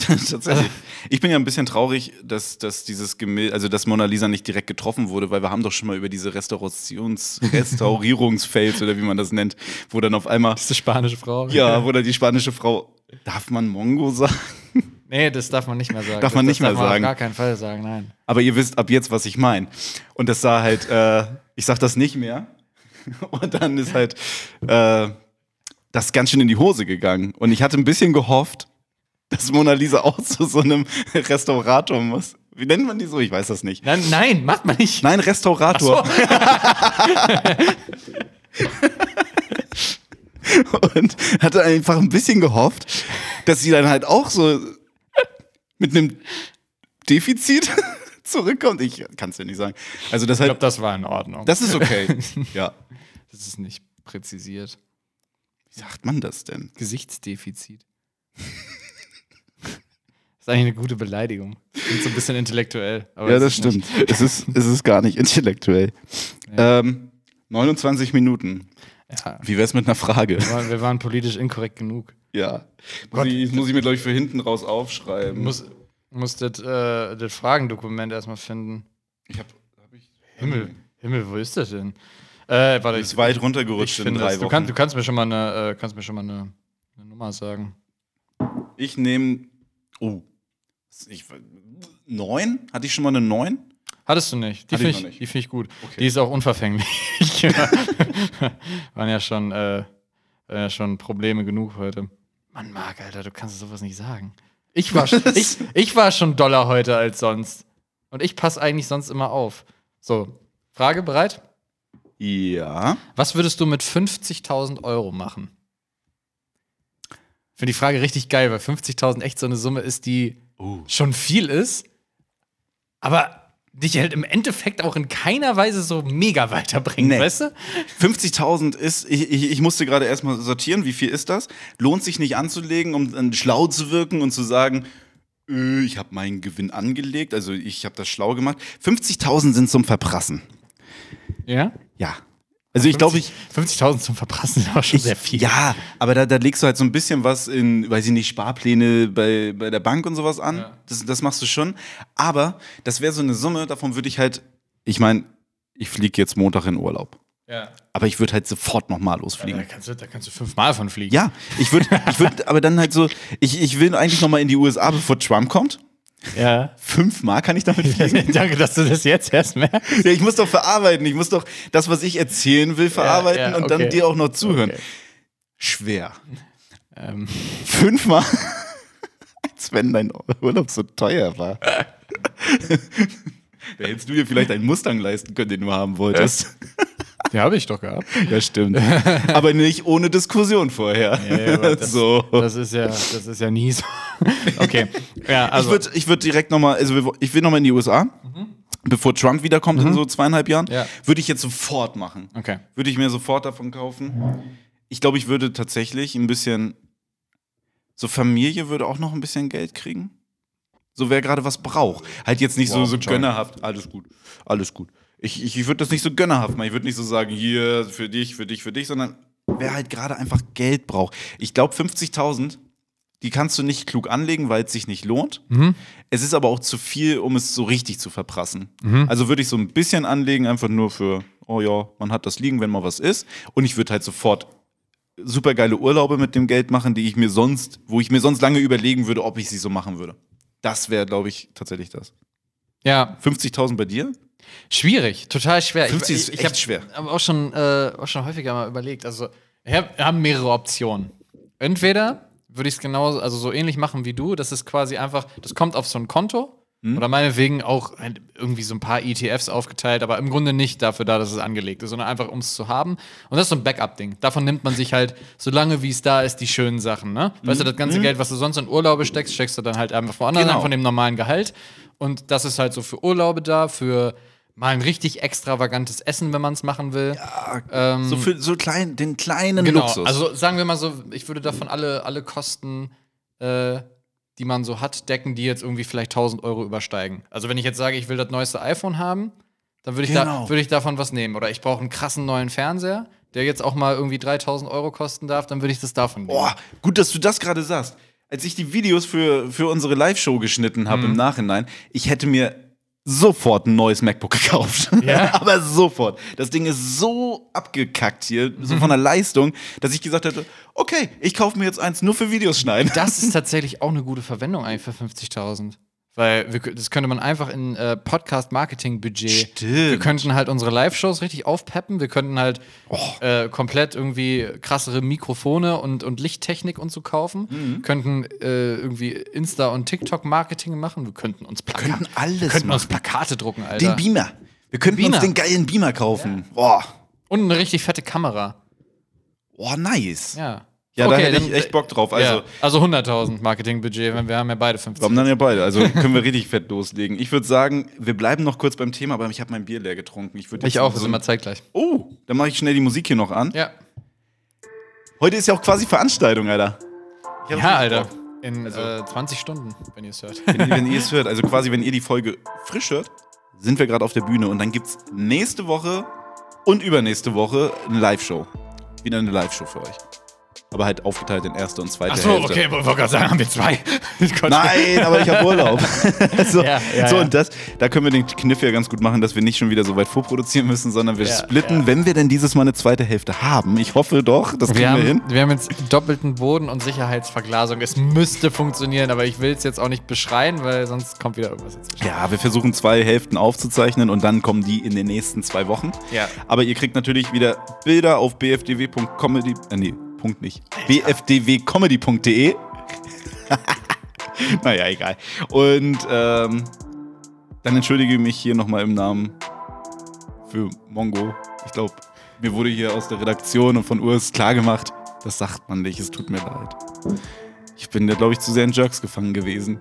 B: Also-
A: Tatsächlich. Ich bin ja ein bisschen traurig, dass, dass dieses Gemälde, also dass Mona Lisa nicht direkt getroffen wurde, weil wir haben doch schon mal über diese Restaurations, Restaurierungsfails oder wie man das nennt, wo dann auf einmal,
B: Das ist eine spanische Frau.
A: ja, wo dann die spanische Frau, darf man Mongo sagen?
B: Nee, das darf man nicht mehr sagen.
A: Darf man
B: das,
A: nicht
B: das
A: mehr
B: darf man
A: sagen.
B: Auf gar keinen Fall sagen, nein.
A: Aber ihr wisst ab jetzt, was ich meine. Und das sah halt, äh, ich sag das nicht mehr. Und dann ist halt äh, das ganz schön in die Hose gegangen. Und ich hatte ein bisschen gehofft, dass Mona Lisa auch zu so einem Restaurator muss. Wie nennt man die so? Ich weiß das nicht.
B: Nein, nein macht man nicht.
A: Nein, Restaurator. Und hatte einfach ein bisschen gehofft, dass sie dann halt auch so mit einem Defizit zurückkommt. Ich kann es ja nicht sagen. Also das
B: Ich glaube,
A: halt,
B: das war in Ordnung.
A: das ist okay. ja.
B: das ist nicht präzisiert.
A: Wie sagt man das denn?
B: Gesichtsdefizit. das ist eigentlich eine gute Beleidigung. Klingt so ein bisschen intellektuell. aber
A: ja,
B: es
A: das
B: ist nicht.
A: stimmt. Es ist, es ist gar nicht intellektuell. Ähm, 29 Minuten.
B: Ja.
A: Wie wär's mit einer Frage?
B: Wir, waren, wir waren politisch inkorrekt genug.
A: Ja. Muss ich, muss ich mir, glaube ich, für hinten raus aufschreiben.
B: Muss, muss das, äh, das Fragendokument erstmal finden.
A: ich hab, hab ich,
B: Himmel, Himmel, wo ist das denn? Äh, warte, ich,
A: ist weit
B: ich
A: runtergerutscht in
B: finde
A: drei
B: das.
A: Wochen.
B: Du, kannst- du kannst mir schon mal eine, äh, kannst mir schon mal eine, eine Nummer sagen.
A: ich nehme. Oh. Ich, neun? Hatte ich schon mal eine neun?
B: Hattest du nicht. Die
A: Hatte
B: finde
A: ich
B: ich,
A: noch nicht.
B: die find ich gut.
A: Okay.
B: Die ist auch unverfänglich. Waren ja schon, äh, waren ja schon Probleme genug heute. Mann, Marc, Alter, du kannst sowas nicht sagen. Ich war, schon- ich, ich war schon doller heute als sonst. Und ich passe eigentlich sonst immer auf. So, Frage bereit?
A: Ja.
B: Was würdest du mit 50.000 Euro machen? Finde die Frage richtig geil, weil 50.000 echt so eine Summe ist, die
A: Uh.
B: schon viel ist, aber dich halt im Endeffekt auch in keiner Weise so mega weiterbringt,
A: Nee.
B: weißt du?
A: 50.000 ist, ich, ich, ich musste gerade erstmal sortieren, wie viel ist das? Lohnt sich nicht anzulegen, um dann schlau zu wirken und zu sagen, äh, ich habe meinen Gewinn angelegt, also ich habe das schlau gemacht. 50.000 sind zum Verprassen.
B: Ja.
A: Ja. Also ich glaube, ich,
B: 50.000 zum Verprassen ist auch schon
A: ich.
B: sehr viel.
A: Ja, aber da, da legst du halt so ein bisschen was in, weiß ich nicht, Sparpläne bei, bei der Bank und sowas an.
B: Ja.
A: Das, das machst du schon. Aber das wäre so eine Summe, davon würde ich halt, ich meine, ich fliege jetzt Montag in Urlaub.
B: ja.
A: Aber ich würde halt sofort nochmal losfliegen.
B: Da, kannst du, da kannst du fünfmal von fliegen.
A: Ja, ich würde, ich würd, aber dann halt so, ich, ich will eigentlich nochmal in die USA, bevor Trump kommt.
B: ja.
A: Fünfmal kann ich damit fliegen.
B: Danke, dass du das jetzt erst merkst.
A: Ja, ich muss doch verarbeiten, ich muss doch das, was ich erzählen will, verarbeiten
B: ja,
A: und dann
B: okay.
A: dir auch noch zuhören.
B: Okay.
A: Schwer.
B: Ähm,
A: Fünfmal? Als wenn dein Urlaub so teuer war. da hättest du dir vielleicht einen Mustang leisten können, den du haben wolltest.
B: die habe ich doch gehabt.
A: Ja, stimmt. aber nicht ohne Diskussion vorher.
B: Ja, aber das-
A: so.
B: Das ist ja, das ist ja nie so. Okay. Ja, also.
A: Oh. ich würde ich würd direkt nochmal, also wir- ich will nochmal in die USA, bevor Trump wiederkommt in so zweieinhalb Jahren,
B: Mhm. Ja.
A: würde ich jetzt sofort machen.
B: okay.
A: Würde ich mir sofort davon kaufen. Ich glaube, ich würde tatsächlich ein bisschen, so Familie würde auch noch ein bisschen Geld kriegen. So wer gerade was braucht. Halt jetzt nicht so,
B: Wow,
A: so
B: John.
A: gönnerhaft, alles gut, alles gut. Ich, ich, ich würde das nicht so gönnerhaft machen. Ich würde nicht so sagen, hier, für dich, für dich, für dich, sondern wer halt gerade einfach Geld braucht. Ich glaube, 50.000, die kannst du nicht klug anlegen, weil es sich nicht lohnt.
B: Mhm.
A: Es ist aber auch zu viel, um es so richtig zu verprassen.
B: Mhm.
A: Also würde ich so ein bisschen anlegen, einfach nur für, oh ja, man hat das liegen, wenn mal was ist. Und ich würde halt sofort supergeile Urlaube mit dem Geld machen, die ich mir sonst, wo ich mir sonst lange überlegen würde, ob ich sie so machen würde. Das wäre, glaube ich, tatsächlich das.
B: Ja,
A: 50.000 bei dir?
B: schwierig, total schwer.
A: 50 ist echt
B: hab-
A: schwer.
B: Aber auch schon, äh, auch schon häufiger mal überlegt. Also, wir hab- haben mehrere Optionen. Entweder würde ich es genauso, also so ähnlich machen wie du. Das ist quasi einfach, das kommt auf so ein Konto.
A: Hm?
B: Oder meinetwegen auch ein- irgendwie so ein paar ETFs aufgeteilt, aber im Grunde nicht dafür da, dass es angelegt ist, sondern einfach, um es zu haben. Und das ist so ein Backup-Ding. Davon nimmt man sich halt, solange wie es da ist, die schönen Sachen. Ne? Weißt du,
A: Hm?
B: das ganze Geld, was du sonst in Urlaube steckst, steckst du dann halt einfach woanders
A: Genau.
B: an, von dem normalen Gehalt. Und das ist halt so für Urlaube da, für mal ein richtig extravagantes Essen, wenn man es machen will. Ähm,
A: So für so klein, den kleinen
B: genau.
A: Luxus.
B: Also sagen wir mal so, ich würde davon alle, alle Kosten, äh, die man so hat, decken, die jetzt irgendwie vielleicht 1000 Euro übersteigen. Also wenn ich jetzt sage, ich will das neueste iPhone haben, dann würde ich, da,
A: Genau.
B: würde ich davon was nehmen. Oder ich brauche einen krassen neuen Fernseher, der jetzt auch mal irgendwie 3000 Euro kosten darf, dann würde ich das davon nehmen.
A: Boah, gut, dass du das gerade sagst. Als ich die Videos für, für unsere Live-Show geschnitten
B: Mhm.
A: habe im Nachhinein, ich hätte mir sofort ein neues MacBook gekauft.
B: Ja?
A: Aber sofort. Das Ding ist so abgekackt hier, so
B: Mhm.
A: von der Leistung, dass ich gesagt hätte, okay, ich kaufe mir jetzt eins nur für Videos schneiden.
B: Das ist tatsächlich auch eine gute Verwendung eigentlich für 50.000. Weil wir, kö- das könnte man einfach in äh, Podcast-Marketing-Budget.
A: Stimmt. Oh.
B: Wir könnten halt unsere Live-Shows richtig aufpeppen. Wir könnten halt äh, komplett irgendwie krassere Mikrofone und, und Lichttechnik und so kaufen.
A: Mhm.
B: Könnten äh, irgendwie Insta- und TikTok-Marketing machen. Wir könnten uns, Plaka
A: könnten alles
B: wir könnten uns
A: machen.
B: Plakate drucken,
A: den
B: Alter.
A: Beamer. Wir könnten
B: Beamer.
A: uns den geilen Beamer kaufen. Boah,
B: und eine richtig fette Kamera.
A: oh, nice. Ja,
B: Ja.
A: da
B: Okay,
A: hätte ich
B: dann-
A: echt Bock drauf. Also,
B: ja. also 100.000 Marketing-Budget, wenn wir haben ja beide 50.
A: Wir haben dann ja beide, also können wir richtig fett loslegen. Ich würde sagen, wir bleiben noch kurz beim Thema, aber ich habe mein Bier leer getrunken. Ich, würd
B: Ich
A: jetzt
B: auch, wir
A: so
B: sind mal zeitgleich.
A: Oh, dann mache ich schnell die Musik hier noch an.
B: Ja.
A: Heute ist ja auch quasi Veranstaltung, Alter. Ich hab
B: Ja,
A: richtig
B: Alter.
A: Bock.
B: In
A: Also-
B: äh, 20 Stunden, wenn ihr es hört.
A: Wenn, wenn ihr es hört, also quasi, wenn ihr die Folge frisch hört, sind wir gerade auf der Bühne und dann gibt's nächste Woche und übernächste Woche eine Live-Show. Wieder eine Live-Show für euch. Aber halt aufgeteilt in erste und zweite Hälfte.
B: wollte gerade sagen, haben wir zwei.
A: Nein, aber ich habe Urlaub. so,
B: Ja, ja,
A: so
B: ja.
A: und das, da können wir den Kniff ja ganz gut machen, dass wir nicht schon wieder so weit vorproduzieren müssen, sondern wir
B: Ja,
A: splitten,
B: ja.
A: wenn wir denn dieses Mal eine zweite Hälfte haben. Ich hoffe doch, das kriegen
B: Wir
A: wir,
B: haben,
A: hin.
B: wir haben jetzt doppelten Boden und Sicherheitsverglasung. Es müsste funktionieren, aber ich will es jetzt auch nicht beschreien, weil sonst kommt wieder irgendwas dazwischen.
A: Ja, wir versuchen zwei Hälften aufzuzeichnen und dann kommen die in den nächsten zwei Wochen.
B: Ja.
A: Aber ihr kriegt natürlich wieder Bilder auf bfdw.comedy. Äh, nee, Punkt nicht. bfdwcomedy.de. naja, egal. Und ähm, dann entschuldige ich mich hier nochmal im Namen für Mongo. Ich glaube, mir wurde hier aus der Redaktion und von Urs klargemacht, das sagt man nicht, es tut mir leid. Ich bin da, glaube ich, zu sehr in Jerks gefangen gewesen.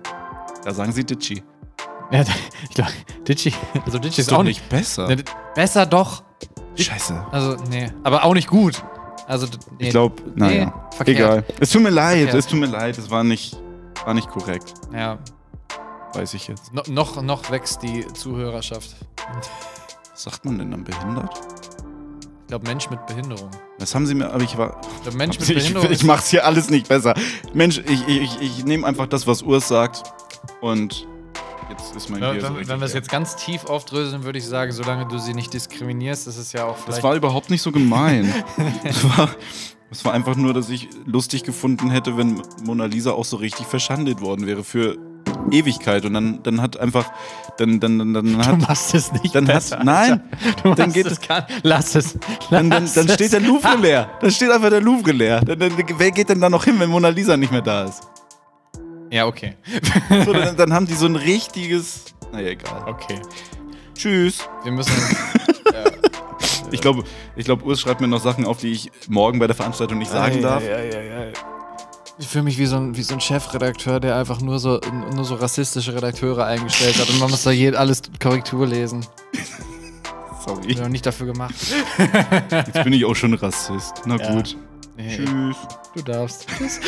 A: Da sagen sie Ditchy.
B: Ja, ich glaube, Ditchy, also Ditchy ist
A: doch
B: auch nicht.
A: besser.
B: Ne, Besser doch.
A: Scheiße.
B: Also, nee. Aber auch nicht gut. Also, d- nee.
A: Ich glaube, naja.
B: Nee, verkehrt.
A: Egal. Es tut mir leid,
B: Verkehrt.
A: es tut mir leid, es war nicht, war nicht korrekt,
B: Ja,
A: weiß ich jetzt.
B: no, noch, noch wächst die Zuhörerschaft.
A: Was sagt man denn dann behindert?
B: Ich glaube, Mensch mit Behinderung.
A: Das haben sie mir, aber ich war.
B: Ich glaube, Mensch mit
A: Ich,
B: Behinderung.
A: ich
B: ist-
A: mach's hier alles nicht besser. Mensch, ich, ich, ich, ich nehme einfach das, was Urs sagt und jetzt ist mein
B: Ja,
A: Bier so
B: wenn
A: richtig
B: wenn wir es
A: leer.
B: jetzt ganz tief aufdröseln, würde ich sagen, solange du sie nicht diskriminierst, das ist ja auch vielleicht.
A: Das war überhaupt nicht so gemein. Es war, es war einfach nur, dass ich lustig gefunden hätte, wenn Mona Lisa auch so richtig verschandelt worden wäre für Ewigkeit. Und dann, dann hat einfach, dann, dann, dann, dann
B: du
A: hat,
B: machst es nicht.
A: dann
B: besser,
A: hat, nein,
B: Alter. Du
A: dann
B: machst
A: geht
B: es gar Lass es. Lass
A: Dann, dann, dann
B: es.
A: steht der Louvre leer. Dann steht einfach der Louvre leer. Dann, dann, wer geht denn da noch hin, wenn Mona Lisa nicht mehr da ist?
B: Ja, okay.
A: So, dann, dann haben die so ein richtiges. Naja, egal.
B: Okay.
A: Tschüss.
B: Wir müssen. ja.
A: Ich glaube, ich glaub, Urs schreibt mir noch Sachen auf, die ich morgen bei der Veranstaltung nicht sagen darf.
B: Ich fühle mich wie so, ein, wie so ein Chefredakteur, der einfach nur so, nur so rassistische Redakteure eingestellt hat und man muss da jed alles Korrektur lesen.
A: Sorry.
B: Ich bin noch nicht dafür gemacht.
A: Jetzt bin ich auch schon Rassist. Na
B: Ja.
A: gut.
B: Nee,
A: Tschüss.
B: du darfst. Tschüss.